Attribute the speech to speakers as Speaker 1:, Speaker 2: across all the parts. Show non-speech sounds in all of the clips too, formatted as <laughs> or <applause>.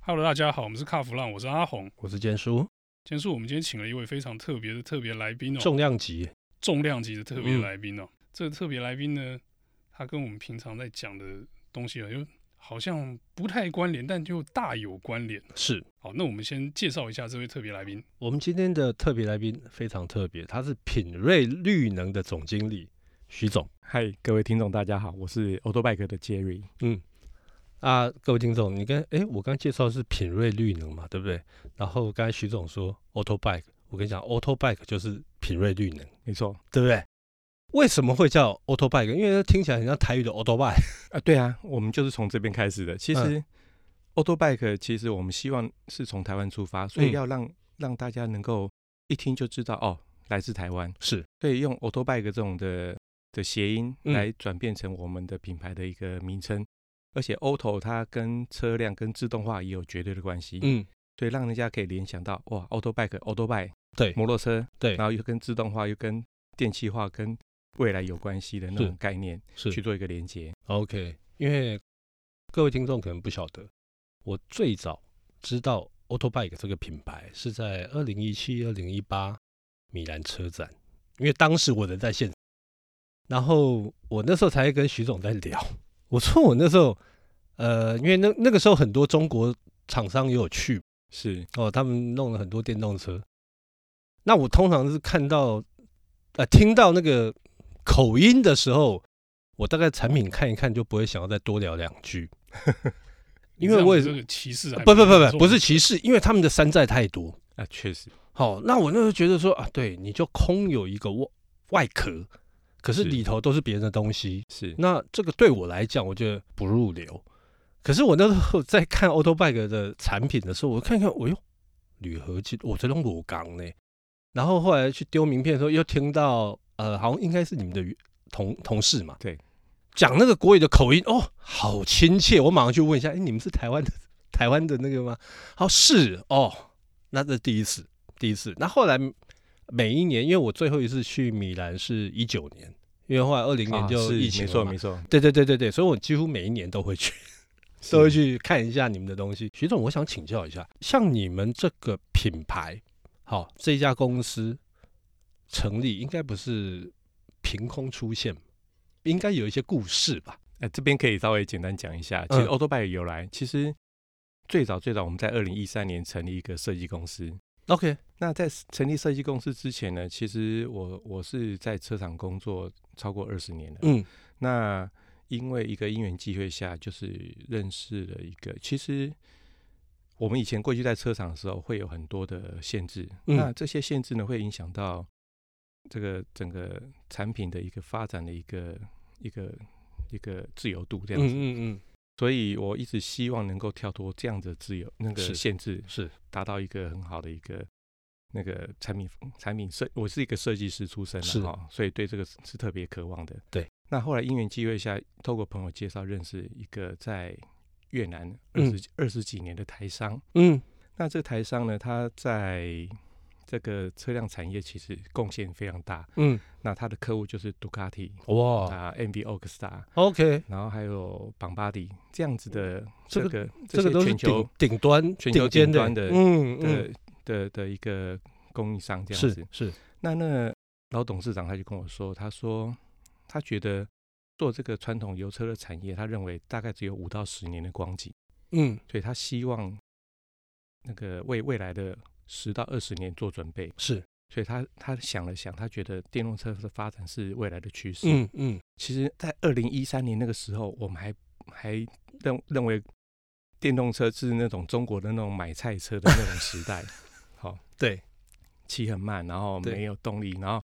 Speaker 1: Hello，大家好，我们是卡弗浪，我是阿红。
Speaker 2: 我是坚叔，
Speaker 1: 今天是我们今天请了一位非常特别的特别来宾哦，重
Speaker 2: 重量级，
Speaker 1: 重量级的特别
Speaker 2: 嗯
Speaker 1: 来宾哦。这个特别来宾呢，他跟我们平常在讲的东西啊，又好像不太关联，但又大有关联。
Speaker 2: 是
Speaker 1: 好，那我们先介绍一下这位特别来宾。
Speaker 2: 我们今天的特别来宾非常特别，他是品瑞绿能的总经理徐总
Speaker 3: 嗨，各位听众，大家好，我是 o t o b i k e 的 Jerry。
Speaker 2: 啊。各位听众，你跟诶，我刚介绍的是品瑞绿能嘛，对不对？然后刚才徐总说 Auto Bike，我跟你讲，Auto Bike 就是品瑞绿能，
Speaker 3: 没错
Speaker 2: 对不对？为什么会叫 Auto Bike？因为它听起来很像台语的 Auto Bike，
Speaker 3: 啊，对啊，我们就是从这边开始的。
Speaker 2: 嗯
Speaker 3: 其实、o t o b i k e 其实我们希望是从台湾出发，所
Speaker 2: 嗯
Speaker 3: 以要让、让大家能够一听就知道哦，来自台湾，
Speaker 2: 是
Speaker 3: 所以用 o t o b i k e 这种的的谐音
Speaker 2: 嗯
Speaker 3: 来转变成我们的品牌的一个名称。而且 Auto 它跟车辆跟自动化也有绝对的关系，
Speaker 2: 嗯，
Speaker 3: 所以让人家可以联想到哇 o t o b i k e o t o b i k e
Speaker 2: 对
Speaker 3: 摩托车，
Speaker 2: 对
Speaker 3: 然后又跟自动化又跟电气化跟未来有关系的那
Speaker 2: 是
Speaker 3: 种概念去
Speaker 2: 是
Speaker 3: 做一个连接。
Speaker 2: OK。因为各位听众可能不晓得，我最早知道 Auto Bike 这个品牌是在二零一七、二零一八米兰车展，因为当时我人在现场，然后我那时候才跟徐总在聊，我说我那时候，呃，因为那那个时候很多中国厂商也有去
Speaker 3: 是，
Speaker 2: 哦，他们弄了很多电动车。那我通常是看到，呃，听到那个口音的时候，我大概产品看一看就不会想要再多聊两句，因为我也
Speaker 1: 你这
Speaker 2: 是
Speaker 1: 样这个歧视
Speaker 2: 呃
Speaker 1: 还
Speaker 2: 不不不
Speaker 1: 蛮严
Speaker 2: 不
Speaker 1: 重
Speaker 2: 不是
Speaker 1: 的
Speaker 2: 歧视，因为他们的山寨太多。
Speaker 3: 啊，确实，
Speaker 2: 好、那我那时候觉得说啊，对，你就空有一个外外壳，可是
Speaker 3: 是
Speaker 2: 里头都是别人的东西，
Speaker 3: 是
Speaker 2: 那这个对我来讲，我觉得不入流。可是我那时候在看 Auto Bike 的产品的时候，我看一看，我哟，铝合金，我这种裸钢呢。然后后来去丢名片的时候，又听到呃，好像应该是你们的同同事嘛，
Speaker 3: 对，
Speaker 2: 讲那个国语的口音，哦，好亲切。我马上去问一下，哎，你们是台湾的台湾的那个吗？好，是哦，那这是第一次，第一次。那后来每一年，因为我最后一次去米兰是一九年，因为后来二零年
Speaker 3: 啊
Speaker 2: 就是疫情
Speaker 3: 没
Speaker 2: 了
Speaker 3: 错
Speaker 2: 嘛
Speaker 3: 没错，
Speaker 2: 对对对对对，所以我几乎每一年都会去，都会
Speaker 3: 是
Speaker 2: 去看一下你们的东西。徐总，我想请教一下，像你们这个品牌，好、这家公司成立应该不是凭空出现，应该有一些故事吧？
Speaker 3: 呃，这边可以稍微简单讲一下，其实
Speaker 2: 嗯
Speaker 3: o t o b i k e 由来，其实最早最早我们在二零一三年成立一个设计公司。
Speaker 2: OK，
Speaker 3: 那在成立设计公司之前呢，其实我我是在车厂工作超过二十年了。
Speaker 2: 嗯，
Speaker 3: 那因为一个因缘际会下，就是认识了一个。其实我们以前过去在车厂的时候，会有很多的限制，
Speaker 2: 嗯
Speaker 3: 那这些限制呢，会影响到这个整个产品的一个发展的一个一个一个自由度这样子。
Speaker 2: 嗯嗯嗯，
Speaker 3: 所以我一直希望能够跳脱这样的自由那
Speaker 2: 是
Speaker 3: 个限制，
Speaker 2: 是
Speaker 3: 达到一个很好的一个。那个产品产品设，我是一个设计师出身
Speaker 2: 是
Speaker 3: 的哈，所以对这个是特别渴望的。
Speaker 2: 对，
Speaker 3: 那后来因缘机会下，透过朋友介绍认识一个在越南二
Speaker 2: 嗯
Speaker 3: 十二十几年的台商。
Speaker 2: 嗯
Speaker 3: 那这台商呢，他在这个车辆产业其实贡献非常大。
Speaker 2: 嗯，
Speaker 3: 那他的客户就是 Ducati
Speaker 2: 哇
Speaker 3: 啊、MV o x s t a r
Speaker 2: ，OK，
Speaker 3: 然后还有 Bombardi 这样子的
Speaker 2: 这个
Speaker 3: 这个
Speaker 2: 这
Speaker 3: 些
Speaker 2: 个都是
Speaker 3: 全球
Speaker 2: 顶顶端、
Speaker 3: 全球
Speaker 2: 顶尖
Speaker 3: 顶端的
Speaker 2: 嗯
Speaker 3: 的、
Speaker 2: 嗯，
Speaker 3: 的的一个供应商这样子
Speaker 2: 是。是，
Speaker 3: 那那老董事长他就跟我说，他说他觉得做这个传统油车的产业，他认为大概只有五到十年的光景，
Speaker 2: 嗯
Speaker 3: 所以他希望那个为未来的十到二十年做准备。
Speaker 2: 是，
Speaker 3: 所以他他想了想，他觉得电动车的发展是未来的趋势。，
Speaker 2: 嗯嗯
Speaker 3: 其实，在二零一三年那个时候，我们还还认认为电动车是那种中国的那种买菜车的那种时代，好，
Speaker 2: 对，
Speaker 3: 骑很慢，然后
Speaker 2: 对
Speaker 3: 没有动力，然后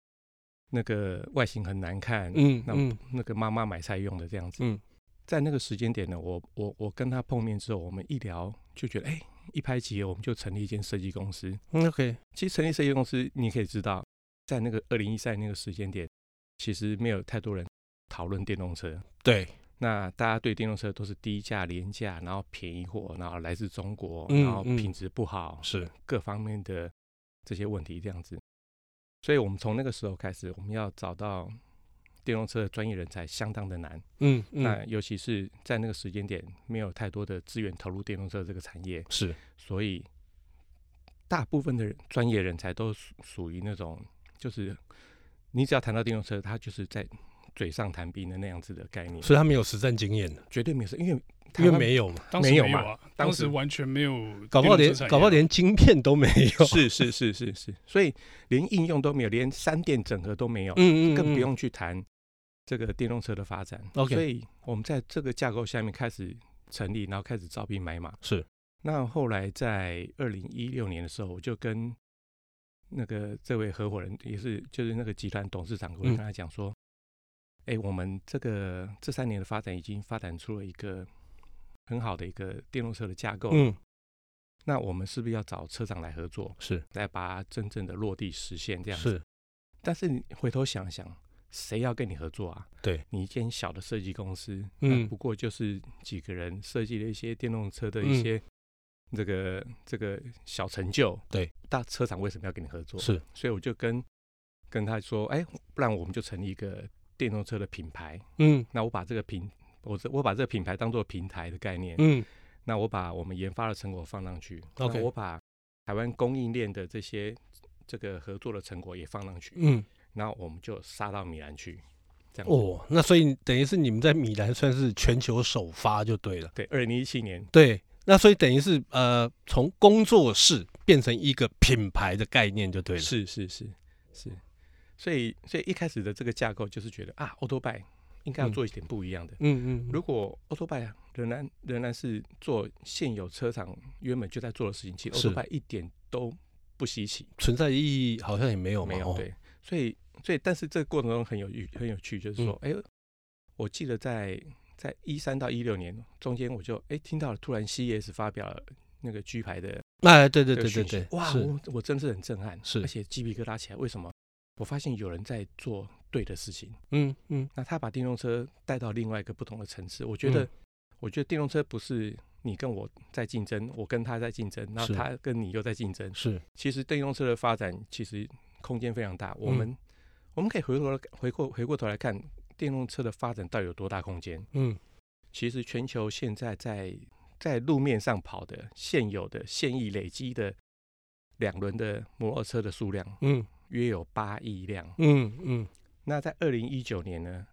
Speaker 3: 那个外形很难看，
Speaker 2: 嗯
Speaker 3: 那
Speaker 2: 嗯
Speaker 3: 那个妈妈买菜用的这样子。
Speaker 2: 嗯，
Speaker 3: 在那个时间点呢，我我我跟他碰面之后，我们一聊就觉得，哎、一拍即合，我们就成立一间设计公司。
Speaker 2: 嗯，OK，
Speaker 3: 其实成立设计公司，你可以知道，在那个二零一三那个时间点，其实没有太多人讨论电动车。
Speaker 2: 对，
Speaker 3: 那大家对电动车都是低价、廉价，然后便宜货，然后来自中国，
Speaker 2: 嗯
Speaker 3: 然后
Speaker 2: 嗯
Speaker 3: 品质不好，
Speaker 2: 是，
Speaker 3: 各方面的这些问题这样子。所以我们从那个时候开始，我们要找到电动车的专业人才相当的难。
Speaker 2: 嗯，
Speaker 3: 那
Speaker 2: 嗯
Speaker 3: 尤其是在那个时间点，没有太多的资源投入电动车这个产业，
Speaker 2: 是
Speaker 3: 所以大部分的人专业人才都属属于那种，就是你只要谈到电动车，他就是在嘴上谈兵的那样子的概念，
Speaker 2: 所以他没有实战经验的，
Speaker 3: 绝对没有事，因为台
Speaker 2: 因为
Speaker 3: 湾
Speaker 2: 没有嘛，
Speaker 1: 当时
Speaker 3: 没有嘛
Speaker 1: 啊，
Speaker 3: 当
Speaker 1: 当
Speaker 3: 时
Speaker 1: 时完全没有，
Speaker 2: 搞不好
Speaker 1: 啊
Speaker 2: 连搞不好。连晶片都没有。
Speaker 3: 是是是是是，所以连应用都没有，连三电整合都没有，
Speaker 2: 嗯嗯，嗯
Speaker 3: 更不用去谈这个电动车的发展。
Speaker 2: OK
Speaker 3: 所以我们在这个架构下面开始成立，然后开始招兵买马。
Speaker 2: 是
Speaker 3: 那后来在二零一六年的时候，我就跟那个这位合伙人，也是就是那个集团董事长，我就
Speaker 2: 嗯
Speaker 3: 跟他讲说：“哎、我们这个这三年的发展已经发展出了一个很好的一个电动车的架构，
Speaker 2: 嗯
Speaker 3: 那我们是不是要找车厂来合作？”
Speaker 2: 是
Speaker 3: 来把它真正的落地实现这样子。
Speaker 2: 是
Speaker 3: 但是你回头想想，谁要跟你合作啊？
Speaker 2: 对
Speaker 3: 你一间小的设计公司，
Speaker 2: 嗯
Speaker 3: 嗯，不过就是几个人设计了一些电动车的
Speaker 2: 嗯
Speaker 3: 一些这个、这个小成就，
Speaker 2: 对，
Speaker 3: 大车厂为什么要跟你合作？
Speaker 2: 是
Speaker 3: 所以我就跟跟他说，哎，不然我们就成立一个电动车的品牌。
Speaker 2: 嗯
Speaker 3: 那我把这个平，我这我把这个品牌当做平台的概念，
Speaker 2: 嗯
Speaker 3: 那我把我们研发的成果放上去
Speaker 2: OK
Speaker 3: 那我把台湾供应链的这些这个合作的成果也放上去，
Speaker 2: 嗯
Speaker 3: 然后我们就杀到米兰去，这样子。
Speaker 2: 哦，那所以等于是你们在米兰算是全球首发就对了。
Speaker 3: 对，二零一七年
Speaker 2: 对，那所以等于是呃，从工作室变成一个品牌的概念就对了。
Speaker 3: 是是是是，所以所以一开始的这个架构就是觉得啊 a u t o b y 应该要
Speaker 2: 嗯
Speaker 3: 做一点不一样的。
Speaker 2: 嗯嗯，
Speaker 3: 如果 a u t o b y 仍然仍然是做现有车厂原本就在做的事情，其实
Speaker 2: 是
Speaker 3: a u t o b y 一点都不稀奇。
Speaker 2: 存在意义好像也没有嘛。
Speaker 3: 没有
Speaker 2: 哦，
Speaker 3: 对，所以所以但是这个过程中很有趣，很有趣，就是说，哎、
Speaker 2: 嗯
Speaker 3: 我记得在在一三到一六年中间，我就哎、听到了，突然 CES 发表了那个 G 牌的
Speaker 2: 哎，对对
Speaker 3: 这个
Speaker 2: 对对
Speaker 3: 讯息，
Speaker 2: 对，
Speaker 3: 哇，
Speaker 2: 是
Speaker 3: 我我真是很震撼，
Speaker 2: 是
Speaker 3: 而且鸡皮疙瘩起来，为什么？我发现有人在做对的事情，
Speaker 2: 嗯嗯
Speaker 3: 那他把电动车带到另外一个不同的层次，我觉得，
Speaker 2: 嗯
Speaker 3: 我觉得电动车不是你跟我在竞争，我跟他在竞争，然后
Speaker 2: 是
Speaker 3: 他跟你又在竞争，
Speaker 2: 是
Speaker 3: 其实电动车的发展其实空间非常大。
Speaker 2: 嗯
Speaker 3: 我们、我们可以回头来回过回过头来看电动车的发展到底有多大空间。
Speaker 2: 嗯
Speaker 3: 其实全球现在在在路面上跑的现有的现役累积的两轮的摩托车的数量
Speaker 2: 嗯
Speaker 3: 约有八亿辆。
Speaker 2: 嗯嗯
Speaker 3: 那在二零一九年呢，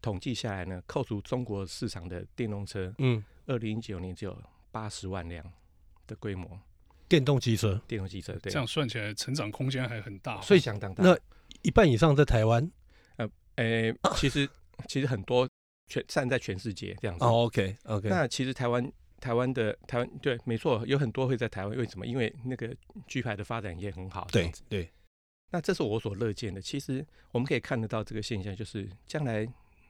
Speaker 3: 统计下来呢，扣除中国市场的电动车，
Speaker 2: 嗯，
Speaker 3: 二零一九年只有八十万辆的规模
Speaker 2: 电动机车
Speaker 3: 电动汽车，对，
Speaker 1: 这样算起来，成长空间还很大哦。
Speaker 3: 所以相当大。
Speaker 2: 那一半以上在台湾。
Speaker 3: 诶、其实其实很多全散在全世界这样子。
Speaker 2: 哦，OK OK，
Speaker 3: 那其实台湾台湾的台湾对，没错，有很多会在台湾。为什么？因为那个 G 牌的发展也很好。这
Speaker 2: 对
Speaker 3: 样子
Speaker 2: 对，
Speaker 3: 那这是我所乐见的。其实我们可以看得到这个现象，就是将来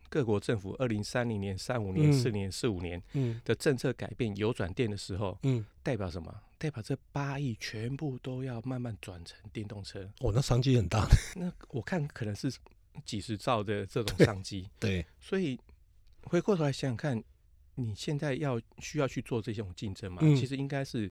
Speaker 3: 各国政府二零三零年、三五年、
Speaker 2: 嗯
Speaker 3: 四年、四五年
Speaker 2: 嗯
Speaker 3: 的政策改变有转电的时候，
Speaker 2: 嗯，
Speaker 3: 代表什么？代表这八亿全部都要慢慢转成电动车。
Speaker 2: 哦，那商机很
Speaker 3: <laughs>
Speaker 2: 大。
Speaker 3: 那我看可能是几十兆的这种
Speaker 2: 对
Speaker 3: 商机。
Speaker 2: 对，
Speaker 3: 所以回过头来想想看，你现在要需要去做这种竞争嘛？
Speaker 2: 嗯
Speaker 3: 其实应该是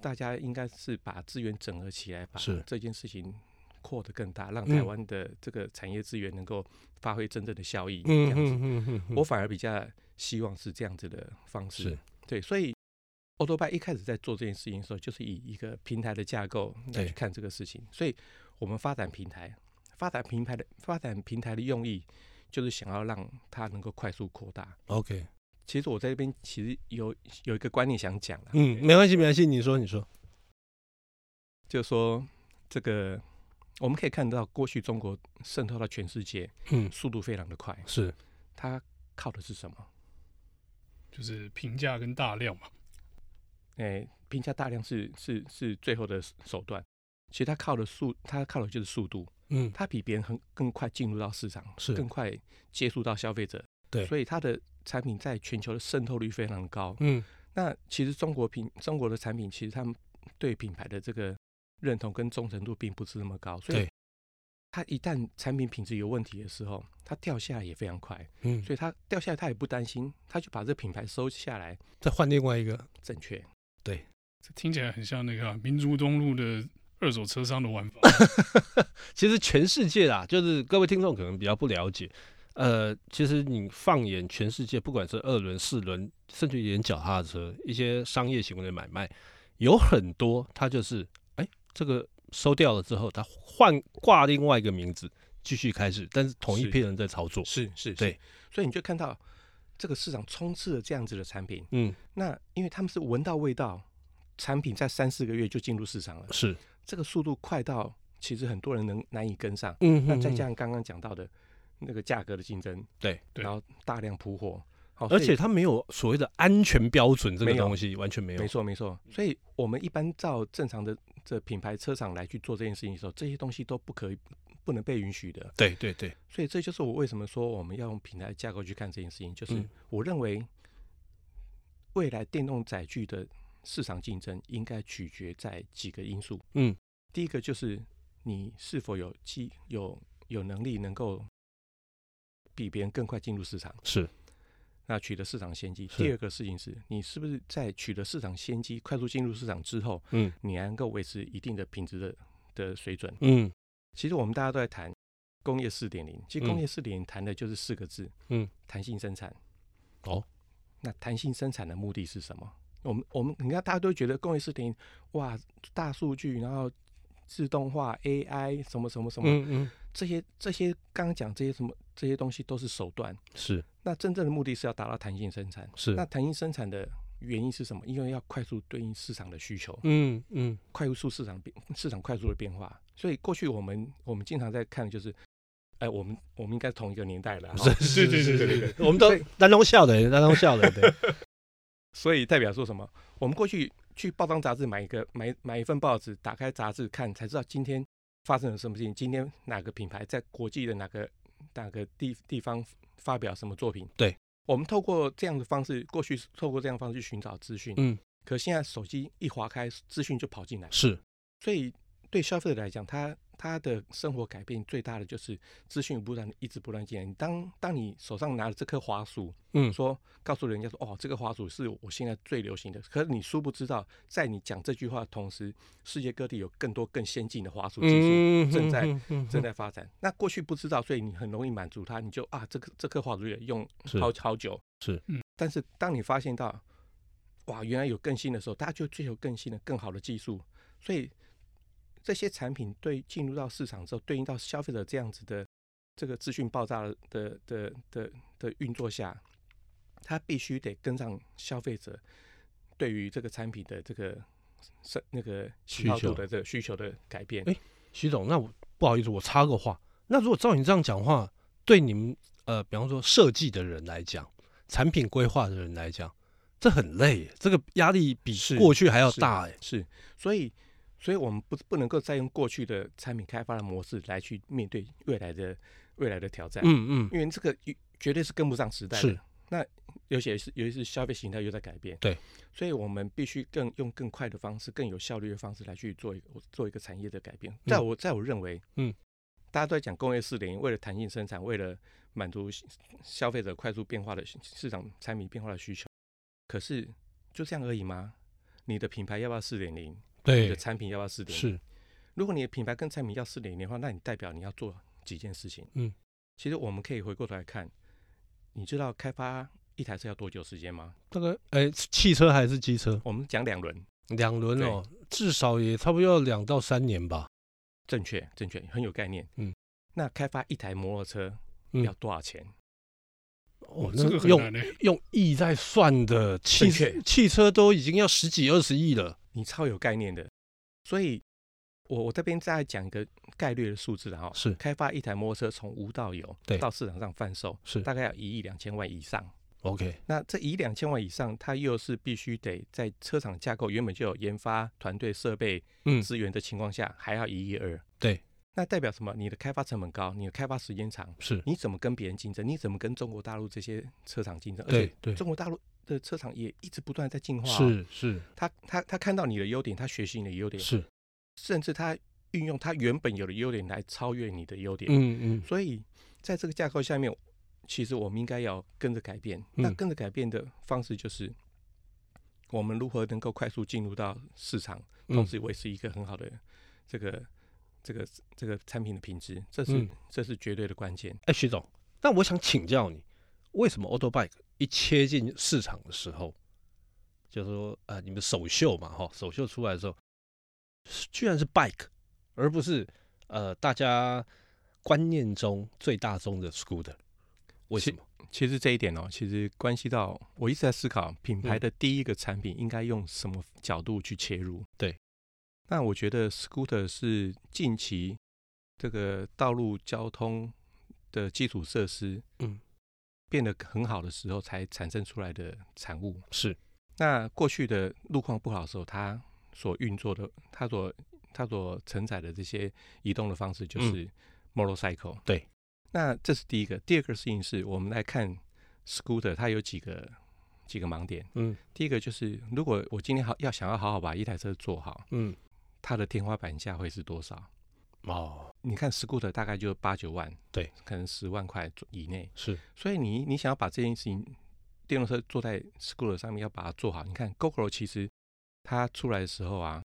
Speaker 3: 大家应该是把资源整合起来，把
Speaker 2: 是
Speaker 3: 这件事情扩得更大，让
Speaker 2: 嗯
Speaker 3: 台湾的这个产业资源能够发挥真正的效益。
Speaker 2: <laughs> 嗯
Speaker 3: 这样子，
Speaker 2: 嗯嗯嗯，
Speaker 3: 我反而比较希望是这样子的方式
Speaker 2: 是。
Speaker 3: 对，所以。欧多拜一开始在做这件事情的时候，就是以一个平台的架构来
Speaker 2: 对
Speaker 3: 去看这个事情，所以我们发展平台，发展平台的发展平台的用意，就是想要让它能够快速扩大。
Speaker 2: OK，
Speaker 3: 其实我在这边其实有有一个观念想讲啦，
Speaker 2: 嗯，没关系没关系，你说你说，
Speaker 3: 就是说这个我们可以看到，过去中国渗透到全世界
Speaker 2: 嗯，
Speaker 3: 速度非常的快，
Speaker 2: 是
Speaker 3: 它靠的是什么？
Speaker 1: 就是平价跟大量嘛，
Speaker 3: 诶、评价大量是是是最后的手段。其实它靠的速，它靠的就是速度，
Speaker 2: 嗯
Speaker 3: 它比别人很更快进入到市场，
Speaker 2: 是
Speaker 3: 更快接触到消费者，
Speaker 2: 对
Speaker 3: 所以它的产品在全球的渗透率非常高。
Speaker 2: 嗯
Speaker 3: 那其实中国品中国的产品，其实他们对品牌的这个认同跟忠诚度并不是那么高，所以
Speaker 2: 对
Speaker 3: 它一旦产品品质有问题的时候，它掉下来也非常快，
Speaker 2: 嗯，
Speaker 3: 所以它掉下来它也不担心，它就把这品牌收下来，
Speaker 2: 再换另外一个，
Speaker 3: 正确。
Speaker 1: 这听起来很像那个啊民族东路的二手车商的玩法。
Speaker 2: 其实全世界啦，就是各位听众可能比较不了解，呃，其实你放眼全世界，不管是二轮、四轮，甚至连脚踏车一些商业行为的买卖，有很多它就是，哎，这个收掉了之后，它换挂另外一个名字继续开始，但是同一
Speaker 3: 是
Speaker 2: 批人在操作。
Speaker 3: 是是，
Speaker 2: 对
Speaker 3: 是，所以你就看到这个市场充斥了这样子的产品，
Speaker 2: 嗯，
Speaker 3: 那因为他们是闻到味道，产品在三四个月就进入市场了，
Speaker 2: 是，
Speaker 3: 这个速度快到其实很多人能难以跟上。
Speaker 2: 嗯
Speaker 3: 那再加
Speaker 2: 样，
Speaker 3: 上刚刚讲到的那个价格的竞争，
Speaker 2: 对
Speaker 1: 对
Speaker 3: 然后大量铺货，好，
Speaker 2: 而
Speaker 3: 所以
Speaker 2: 且它没有所谓的安全标准这个
Speaker 3: 没有
Speaker 2: 东西，完全没有
Speaker 3: 没。错没错，
Speaker 2: 嗯
Speaker 3: 所以我们一般照正常的这品牌车厂来去做这件事情的时候，这些东西都不可以不能被允许的。
Speaker 2: 对对对，
Speaker 3: 所以这就是我为什么说我们要用品牌架构去看这件事情，就是
Speaker 2: 嗯
Speaker 3: 我认为未来电动载具的市场竞争应该取决在几个因素。
Speaker 2: 嗯，
Speaker 3: 第一个就是你是否有机有有能力能够比别人更快进入市场，
Speaker 2: 是
Speaker 3: 那取得市场先机。
Speaker 2: 是
Speaker 3: 第二个事情是你是不是在取得市场先机、快速进入市场之后，
Speaker 2: 嗯
Speaker 3: 你还能够维持一定的品质的的水准？
Speaker 2: 嗯
Speaker 3: 其实我们大家都在谈工业四点零，其实
Speaker 2: 嗯
Speaker 3: 工业四点零谈的就是四个字，
Speaker 2: 嗯，
Speaker 3: 弹性生产。
Speaker 2: 哦，
Speaker 3: 那弹性生产的目的是什么？我们我们你看，大家都觉得工业四点零，哇，大数据，然后自动化、AI 什么什么什么，
Speaker 2: 嗯嗯
Speaker 3: 这些这些刚刚讲这些什么这些东西都是手段。
Speaker 2: 是
Speaker 3: 那真正的目的是要达到弹性生产。
Speaker 2: 是
Speaker 3: 那弹性生产的原因是什么？因为要快速对应市场的需求，
Speaker 2: 嗯嗯
Speaker 3: 快速市场变市场快速的变化。所以过去我们我们经常在看，就是，哎、我们我们应该是同一个年代了啊，
Speaker 2: 是是
Speaker 1: 对
Speaker 2: 是
Speaker 1: 对
Speaker 2: 是
Speaker 1: 对
Speaker 2: 是，我们都南龙笑的，南龙笑的， <laughs> 对，
Speaker 3: 所以代表说什么？我们过去去报章杂志买一个买买一份报纸，打开杂志看，才知道今天发生了什么事情，今天哪个品牌在国际的哪个哪个地地方发表什么作品。
Speaker 2: 对，
Speaker 3: 我们透过这样的方式，过去是透过这样的方式去寻找资讯，
Speaker 2: 嗯
Speaker 3: 可现在手机一划开，资讯就跑进来，
Speaker 2: 是
Speaker 3: 所以对消费者来讲，他他的生活改变最大的就是资讯不断地一直不断进来。你当当你手上拿着这颗滑鼠，
Speaker 2: 嗯
Speaker 3: 说告诉人家说哦，这个滑鼠是我现在最流行的。可是你殊不知道，在你讲这句话的同时，世界各地有更多更先进的滑鼠技术。
Speaker 2: 嗯
Speaker 3: 正在
Speaker 2: 嗯
Speaker 3: 正在发展，那过去不知道，所以你很容易满足它，你就啊，这个这颗滑鼠也用
Speaker 2: 是
Speaker 3: 好好久
Speaker 2: 是
Speaker 1: 嗯
Speaker 3: 但是当你发现到，哇，原来有更新的时候，大家就追求更新的、更好的技术，所以这些产品对进入到市场之后，对应到消费者这样子的这个资讯爆炸的的的的的运作下，它必须得跟上消费者对于这个产品的这个。是那个喜好
Speaker 2: 需求
Speaker 3: 度的这个需求的改变，
Speaker 2: 哎徐总，那我不好意思，我插个话。那如果照你这样讲话，对你们呃，比方说设计的人来讲，产品规划的人来讲，这很累耶，这个压力比
Speaker 3: 是
Speaker 2: 过去还要
Speaker 3: 是
Speaker 2: 大哎。
Speaker 3: 是，所以，所以我们不不能够再用过去的产品开发的模式来去面对未来的未来的挑战，
Speaker 2: 嗯嗯，
Speaker 3: 因为这个一绝对是跟不上时代的
Speaker 2: 是，
Speaker 3: 尤其是尤其是消费形态又在改变，
Speaker 2: 对，
Speaker 3: 所以我们必须更用更快的方式、更有效率的方式来去做一个做一个产业的改变。在我在我认为，
Speaker 2: 嗯，
Speaker 3: 大家都在讲工业四点零，为了弹性生产，为了满足消消费者快速变化的市市场产品变化的需求，可是就这样而已吗？你的品牌要不要四点零？你的
Speaker 2: 对，
Speaker 3: 产品要不要四点？
Speaker 2: 是
Speaker 3: 如果你的品牌跟产品要四点零的话，那你代表你要做几件事情？
Speaker 2: 嗯，
Speaker 3: 其实我们可以回过头来看，你知道开发一台车要多久时间吗？
Speaker 2: 这个哎，汽车还是机车，
Speaker 3: 我们讲两轮，
Speaker 2: 两轮哦，至少也差不多要两到三年吧。
Speaker 3: 正确，正确，很有概念。
Speaker 2: 嗯，
Speaker 3: 那开发一台摩托车
Speaker 2: 嗯
Speaker 3: 要多少钱？
Speaker 2: 哦，
Speaker 1: 这
Speaker 2: 那
Speaker 1: 个很
Speaker 2: 用
Speaker 1: 难嘞，
Speaker 2: 用亿在算的，汽
Speaker 3: 正确
Speaker 2: 汽车都已经要十几二十亿了。
Speaker 3: 你超有概念的。所以，我我这边再讲一个概率的数字啊、哦，
Speaker 2: 是
Speaker 3: 开发一台摩托车从无到有，
Speaker 2: 对
Speaker 3: 到市场上贩售，
Speaker 2: 是
Speaker 3: 大概要一亿两千万以上。
Speaker 2: ，OK，
Speaker 3: 那这一两千万以上，它又是必须得在车厂架构原本就有研发团队、设备、
Speaker 2: 嗯，
Speaker 3: 资源的情况下，还要一亿二。
Speaker 2: 对，
Speaker 3: 那代表什么？你的开发成本高，你的开发时间长，
Speaker 2: 是，
Speaker 3: 你怎么跟别人竞争？你怎么跟中国大陆这些车厂竞争？而
Speaker 2: 对
Speaker 3: 且
Speaker 2: 对，
Speaker 3: 中国大陆的车厂也一直不断地在进化、哦，
Speaker 2: 是是
Speaker 3: 他他他看到你的优点，他学习你的优点，
Speaker 2: 是，
Speaker 3: 甚至他运用他原本有的优点来超越你的优点。
Speaker 2: 嗯嗯，
Speaker 3: 所以在这个架构下面，其实我们应该要跟着改变。那
Speaker 2: 嗯
Speaker 3: 跟着改变的方式就是，我们如何能够快速进入到市场，同
Speaker 2: 嗯
Speaker 3: 时维持一个很好的这个这个这个产品的品质，这是、
Speaker 2: 嗯
Speaker 3: 这是绝对的关键。
Speaker 2: 哎，徐总，那我想请教你，为什么 Auto Bike 一切进市场的时候，就是说啊、呃你们首秀嘛，哈，首秀出来的时候，是居然是 Bike，而不是呃大家观念中最大宗的 Scooter，为什么？
Speaker 3: 其实这一点哦，其实关系到我一直在思考品
Speaker 2: 嗯
Speaker 3: 牌的第一个产品应该用什么角度去切入。
Speaker 2: 对，
Speaker 3: 那我觉得 scooter 是近期这个道路交通的基础设施，
Speaker 2: 嗯，
Speaker 3: 变得很好的时候才产生出来的产物。
Speaker 2: 是
Speaker 3: 那过去的路况不好的时候，它所运作的，它所它所承载的这些移动的方式就是 motorcycle、
Speaker 2: 嗯对，
Speaker 3: 那这是第一个。第二个事情是我们来看 scooter，它有几个几个盲点。
Speaker 2: 嗯
Speaker 3: 第一个就是，如果我今天好要想要好好把一台车做好，
Speaker 2: 嗯，
Speaker 3: 它的天花板价会是多少？
Speaker 2: 哦，
Speaker 3: 你看 scooter 大概就八九万，
Speaker 2: 对，
Speaker 3: 可能十万块以内。
Speaker 2: 是
Speaker 3: 所以你你想要把这件事情，电动车坐在 scooter 上面要把它做好，你看 GoGo 其实它出来的时候啊，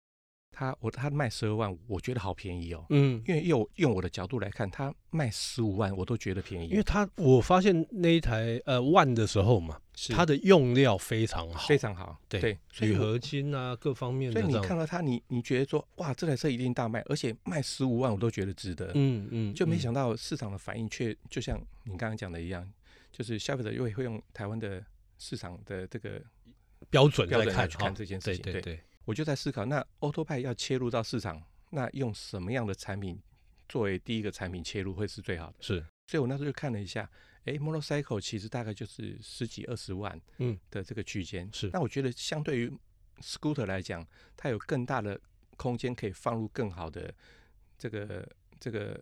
Speaker 3: 它我它卖十二万，我觉得好便宜哦。
Speaker 2: 嗯，
Speaker 3: 因为用用我的角度来看，它卖十五万我都觉得便宜，哦
Speaker 2: 因为他我发现那一台呃万的时候嘛，
Speaker 3: 是
Speaker 2: 它的用料非常好，
Speaker 3: 非常好，
Speaker 2: 对
Speaker 3: 所以
Speaker 2: 铝
Speaker 3: 我
Speaker 2: 合金啊各方面
Speaker 3: 所
Speaker 2: 的
Speaker 3: 以
Speaker 2: 这
Speaker 3: 你
Speaker 2: 样，
Speaker 3: 看到它，你你觉得说，哇，这台车一定大卖，而且卖十五万我都觉得值得，
Speaker 2: 嗯嗯，
Speaker 3: 就没
Speaker 2: 嗯
Speaker 3: 想到市场的反应却就像你刚刚讲的一样，就是消费者又会用台湾的市场的这个
Speaker 2: 标准
Speaker 3: 标
Speaker 2: 在
Speaker 3: 准来
Speaker 2: 看
Speaker 3: 去
Speaker 2: 哈
Speaker 3: 看这件事
Speaker 2: 对
Speaker 3: 情。
Speaker 2: 对对，
Speaker 3: 我就在思考，那 Auto 派要切入到市场，那用什么样的产品作为第一个产品切入会是最好的？
Speaker 2: 是
Speaker 3: 所以我那时候就看了一下，诶 m o t o r c y c l e 其实大概就是十几二十万，
Speaker 2: 嗯
Speaker 3: 的这个区间。
Speaker 2: 是
Speaker 3: 那我觉得相对于 Scooter 来讲，它有更大的空间可以放入更好的这个这个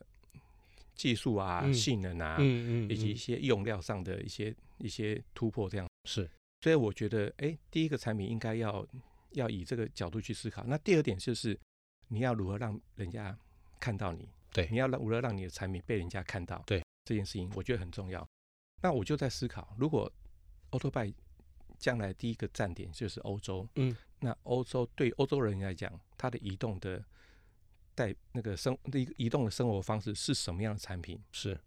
Speaker 3: 技术啊、
Speaker 2: 嗯
Speaker 3: 性能啊，
Speaker 2: 嗯嗯，
Speaker 3: 以及一
Speaker 2: 嗯
Speaker 3: 些用料上的一些一些突破这样。
Speaker 2: 是
Speaker 3: 所以我觉得，哎，第一个产品应该要要以这个角度去思考。那第二点就是，你要如何让人家看到你？
Speaker 2: 对
Speaker 3: 你要让如何让你的产品被人家看到？
Speaker 2: 对
Speaker 3: 这件事情，我觉得很重要。那我就在思考，如果 Auto Buy 将来第一个站点就是欧洲，
Speaker 2: 嗯，
Speaker 3: 那欧洲对欧洲人来讲，他的移动的带那个生移移动的生活方式是什么样的产品？
Speaker 2: 是，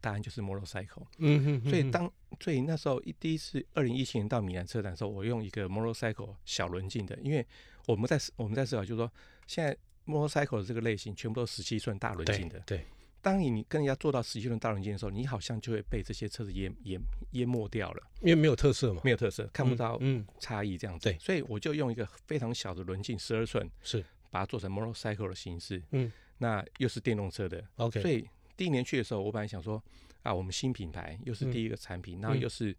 Speaker 3: 答案就是 motorcycle。
Speaker 2: 嗯哼哼
Speaker 3: 所以
Speaker 2: 哼
Speaker 3: 当所以那时候一第一次二零一七年到米兰车展的时候，我用一个 motorcycle 小轮径的，因为我们在思我们在思考，就是说现在 motorcycle 的这个类型全部都十七寸大轮径
Speaker 2: 对
Speaker 3: 的。
Speaker 2: 对
Speaker 3: 当你跟人家做到十七寸大轮径的时候，你好像就会被这些车子淹淹淹没掉了，
Speaker 2: 因为没有特色嘛，
Speaker 3: 没有特色，看不
Speaker 2: 嗯
Speaker 3: 到
Speaker 2: 嗯
Speaker 3: 差异这样子。
Speaker 2: 对
Speaker 3: 所以我就用一个非常小的轮径，十二寸，
Speaker 2: 是
Speaker 3: 把它做成 motorcycle 的形式。
Speaker 2: 嗯，
Speaker 3: 那又是电动车的，
Speaker 2: OK，
Speaker 3: 所以第一年去的时候，我本来想说啊，我们新品牌又是
Speaker 2: 嗯
Speaker 3: 第一个产品，然后
Speaker 2: 嗯
Speaker 3: 又是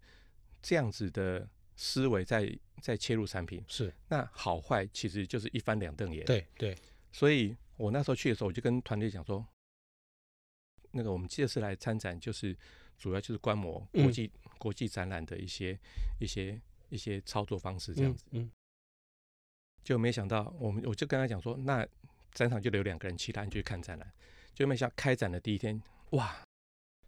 Speaker 3: 这样子的思维在在切入产品，
Speaker 2: 是
Speaker 3: 那好坏其实就是一翻两瞪眼。，
Speaker 2: 对对
Speaker 3: 所以我那时候去的时候，我就跟团队讲说，那个我们这次来参展，就是主要就是观摩
Speaker 2: 嗯
Speaker 3: 国际、国际展览的一些一些一些操作方式这样子。，
Speaker 2: 嗯
Speaker 3: 就没想到我们我就跟他讲说，那展场就留两个人，其他人就去看展览。就没想到开展的第一天，哇！
Speaker 2: 嗯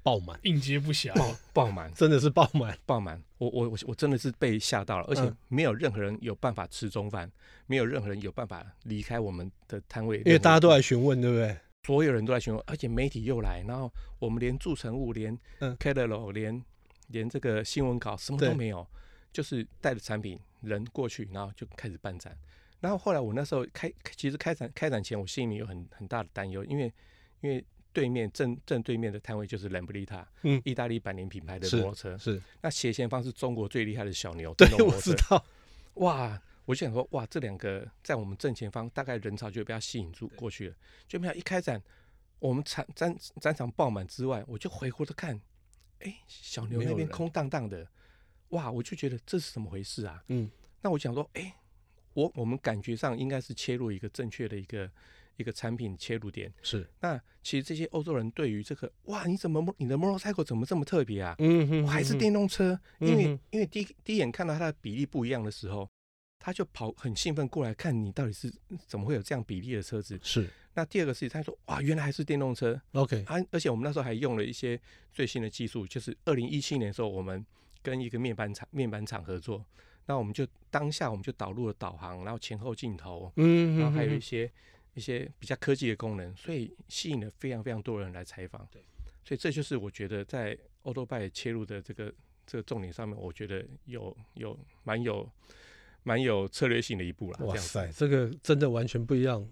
Speaker 2: 爆满，
Speaker 1: 应接不暇。哦
Speaker 3: 爆爆满，
Speaker 2: 真的是爆满，
Speaker 3: 爆满！我我我我真的是被吓到了，而且
Speaker 2: 嗯
Speaker 3: 没有任何人有办法吃中饭，没有任何人有办法离开我们的摊位，
Speaker 2: 因为大家都来，询问，对不对？
Speaker 3: 所有人都来询问，而且媒体又来，然后我们连住成物、连
Speaker 2: 嗯
Speaker 3: c a t a l o 连连这个新闻稿什么
Speaker 2: 对
Speaker 3: 都没有，就是带着产品人过去，然后就开始办展。然后后来我那时候开，其实开展开展前，我心里有很很大的担忧，因为因为对面正正对面的摊位就是兰布利塔，
Speaker 2: 嗯
Speaker 3: 意大利百年品牌的
Speaker 2: 是
Speaker 3: 摩托车，
Speaker 2: 是
Speaker 3: 那斜前方是中国最厉害的小牛，
Speaker 2: 对
Speaker 3: 电动
Speaker 2: 我
Speaker 3: 摩托
Speaker 2: 知
Speaker 3: 车
Speaker 2: 道，
Speaker 3: 哇，我就想说，哇，这两个在我们正前方，大概人潮就被它吸引住过去了。就没想到一开展，我们展展展场爆满之外，我就回过头看，哎，小牛
Speaker 2: 没有
Speaker 3: 那边
Speaker 2: 人
Speaker 3: 空荡荡的，哇，我就觉得这是怎么回事啊？
Speaker 2: 嗯，
Speaker 3: 那我想说，哎，我我们感觉上应该是切入一个正确的一个一个产品切入点。
Speaker 2: 是，
Speaker 3: 那其实这些欧洲人对于这个，哇，你怎么你的 motorcycle 怎么这么特别啊？
Speaker 2: 嗯哼
Speaker 3: 我还是，电动车，因
Speaker 2: 嗯
Speaker 3: 为
Speaker 2: 哼
Speaker 3: 因为第一第一眼看到它的比例不一样的时候，他就跑很兴奋过来看你到底是怎么会有这样比例的车子。
Speaker 2: 是
Speaker 3: 那第二个事情，他说哇，原来还是电动车，
Speaker 2: OK，
Speaker 3: 啊，而且我们那时候还用了一些最新的技术，就是二零一七年的时候，我们跟一个面板厂面板厂合作，那我们就当下我们就导入了导航，然后前后镜头，
Speaker 2: 嗯，
Speaker 3: 然后
Speaker 2: 嗯
Speaker 3: 还有
Speaker 2: 嗯
Speaker 3: 一些一些比较科技的功能，所以吸引了非常非常多人来采访。所以这就是我觉得在 o t o b i 切入的这个这个重点上面，我觉得有有蛮有蛮有策略性的一步啦。
Speaker 2: 哇
Speaker 3: 这样子
Speaker 2: 塞，，啊这个真的完全不一样。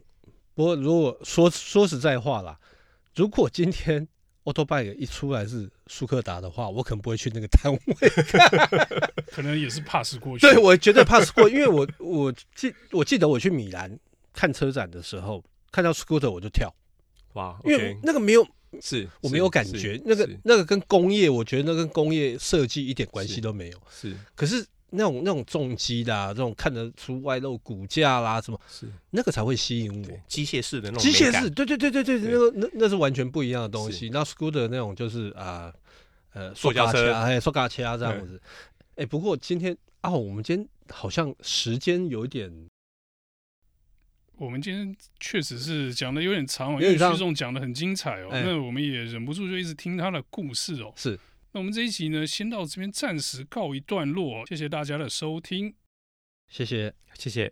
Speaker 2: 不过如果说说实在话啦，如果今天 a u t o b i k 一出来是舒克达的话，我可能不会去那个摊位。
Speaker 3: <laughs>
Speaker 1: 可能也是 pass 过去。
Speaker 2: <laughs> 对，我绝对 pass 过，因为我我记我记得我去米兰看车展的时候，看到 scooter 我就跳，
Speaker 3: 哇
Speaker 2: 因为
Speaker 3: ，OK，
Speaker 2: 那个没有
Speaker 3: 是
Speaker 2: 我
Speaker 3: 是
Speaker 2: 没有感
Speaker 3: 是
Speaker 2: 觉，那个
Speaker 3: 是
Speaker 2: 那个跟工业，我觉得那跟工业设计一点关系
Speaker 3: 是
Speaker 2: 都没有。
Speaker 3: 是
Speaker 2: 可是那种那种重机的、啊，这种看得出外露骨架啦什么，
Speaker 3: 是，
Speaker 2: 那个才会吸引我
Speaker 3: 对。，机械式的那种
Speaker 2: 机械
Speaker 3: 美感
Speaker 2: 式，对对对对对，
Speaker 3: 对
Speaker 2: 那个那那是完全不一样的东西。那 scooter 那种就是啊呃，
Speaker 3: 塑胶车
Speaker 2: 哎，塑胶车这样子。哎，不过今天啊，我们今天好像时间有一点，
Speaker 1: 我们今天确实是讲的有点长哦，
Speaker 2: 有
Speaker 1: 因为
Speaker 2: 点
Speaker 1: 徐
Speaker 2: 长
Speaker 1: 总讲的很精彩哦，
Speaker 2: 哎
Speaker 1: 那我们也忍不住就一直听他的故事哦。
Speaker 2: 是，
Speaker 1: 那我们这一集呢，先到这边暂时告一段落哦、谢谢大家的收听。
Speaker 2: 谢谢。
Speaker 3: 谢谢。